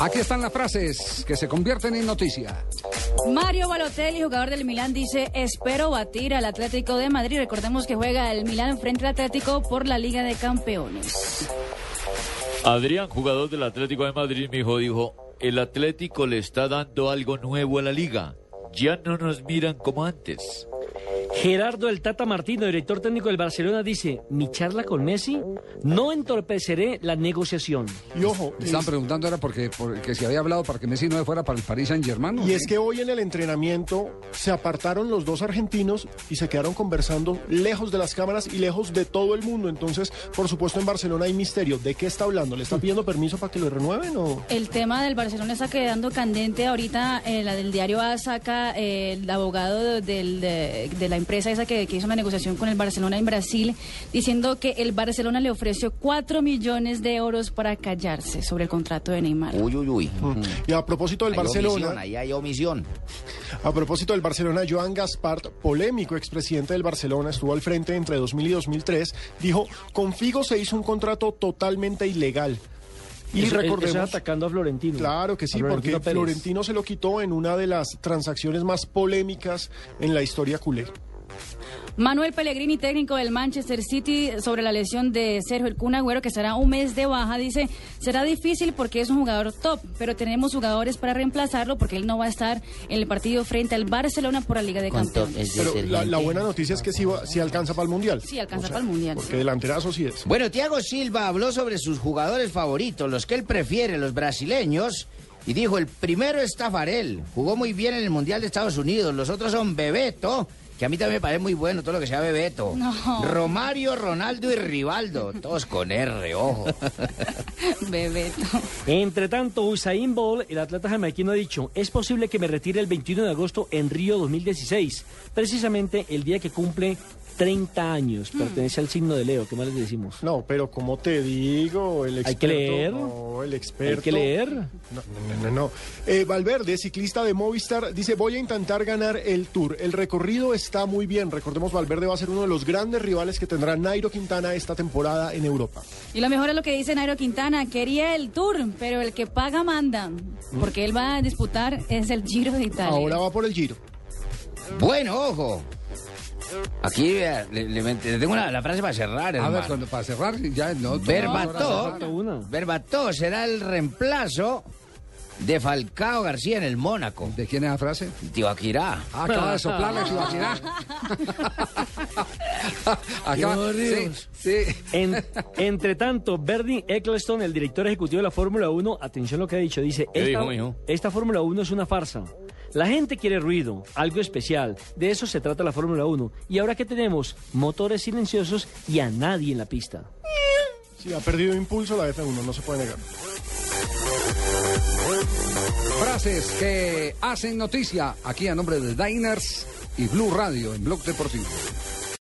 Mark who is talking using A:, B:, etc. A: Aquí están las frases que se convierten en noticia.
B: Mario Balotelli, jugador del Milán, dice, espero batir al Atlético de Madrid. Recordemos que juega el Milán frente al Atlético por la Liga de Campeones.
C: Adrián, jugador del Atlético de Madrid, mi hijo dijo, el Atlético le está dando algo nuevo a la liga. Ya no nos miran como antes.
D: Gerardo el Tata Martino, director técnico del Barcelona, dice, mi charla con Messi no entorpeceré la negociación.
A: Y ojo, Me estaban preguntando era porque, porque se había hablado para que Messi no fuera para el París Saint Germain. ¿no?
E: Y es que hoy en el entrenamiento se apartaron los dos argentinos y se quedaron conversando lejos de las cámaras y lejos de todo el mundo. Entonces, por supuesto, en Barcelona hay misterio. ¿De qué está hablando? ¿Le está pidiendo permiso para que lo renueven o...?
B: El tema del Barcelona está quedando candente. Ahorita eh, la del diario A saca eh, el abogado del, de, de la empresa esa que, que, hizo una negociación con el Barcelona en Brasil, diciendo que el Barcelona le ofreció 4 millones de euros para callarse sobre el contrato de Neymar.
F: Uy, uy, uy.
E: Mm. Y a propósito del
F: hay
E: Barcelona.
F: Omisión, ahí hay omisión.
E: A propósito del Barcelona, Joan Gaspart, polémico expresidente del Barcelona, estuvo al frente entre 2000 y 2003, dijo: Con Figo se hizo un contrato totalmente ilegal.
D: Y eso, recordemos. Eso atacando a Florentino.
E: Claro que sí,
D: Florentino
E: porque
D: Pérez.
E: Florentino se lo quitó en una de las transacciones más polémicas en la historia culé.
B: Manuel Pellegrini, técnico del Manchester City, sobre la lesión de Sergio El Kun Agüero, que será un mes de baja, dice, será difícil porque es un jugador top, pero tenemos jugadores para reemplazarlo porque él no va a estar en el partido frente al Barcelona por la Liga de Campeones.
E: Pero la, la, buena noticia es que sí, va, sí alcanza para el Mundial.
B: Sí, alcanza o sea, para el Mundial.
E: Porque delanterazo sí es.
F: Bueno, Thiago Silva habló sobre sus jugadores favoritos, los que él prefiere, los brasileños. Y dijo, el primero es Tafarel, jugó muy bien en el Mundial de Estados Unidos, los otros son Bebeto, que a mí también me parece muy bueno todo lo que sea Bebeto. No. Romario, Ronaldo y Rivaldo, todos con R, ojo.
B: Bebeto.
D: Entre tanto, Usain Bolt, el atleta jamaiquino, ha dicho, es posible que me retire el 21 de agosto en Río 2016, precisamente el día que cumple 30 años, pertenece al signo de Leo, ¿qué más les decimos?
E: Hmm. No, pero como te digo, el experto...
D: Hay que leer.
E: No, el experto...
D: Hay que leer.
E: No, no, no. no. Eh, Valverde, ciclista de Movistar, dice, voy a intentar ganar el Tour. El recorrido está muy bien. Recordemos, Valverde va a ser uno de los grandes rivales que tendrá Nairo Quintana esta temporada en Europa.
B: Y lo mejor es lo que dice Nairo Quintana, quería el Tour, pero el que paga manda, porque él va a disputar es el Giro de Italia.
E: Ahora va por el Giro.
F: Bueno, ojo. Aquí le, le, le tengo una, la frase para cerrar.
A: Hermano. A ver, cuando, para cerrar, ya no.
F: Berbató, no, Berbató será el reemplazo de Falcao García en el Mónaco.
A: ¿De quién es la frase?
F: Tibaquirá.
A: Ah, acaba de soplarle Tibaquirá. acaba, sí, sí.
D: En, entre tanto, Bernie Eccleston, el director ejecutivo de la Fórmula 1, atención lo que ha dicho, dice, esta, dijo, esta Fórmula 1 es una farsa. La gente quiere ruido, algo especial. De eso se trata la Fórmula 1. Y ahora que tenemos motores silenciosos y a nadie en la pista.
E: Sí, ha perdido impulso la F1, no se puede negar.
A: Frases que hacen noticia aquí a nombre de Diners y Blue Radio en Blog Deportivo.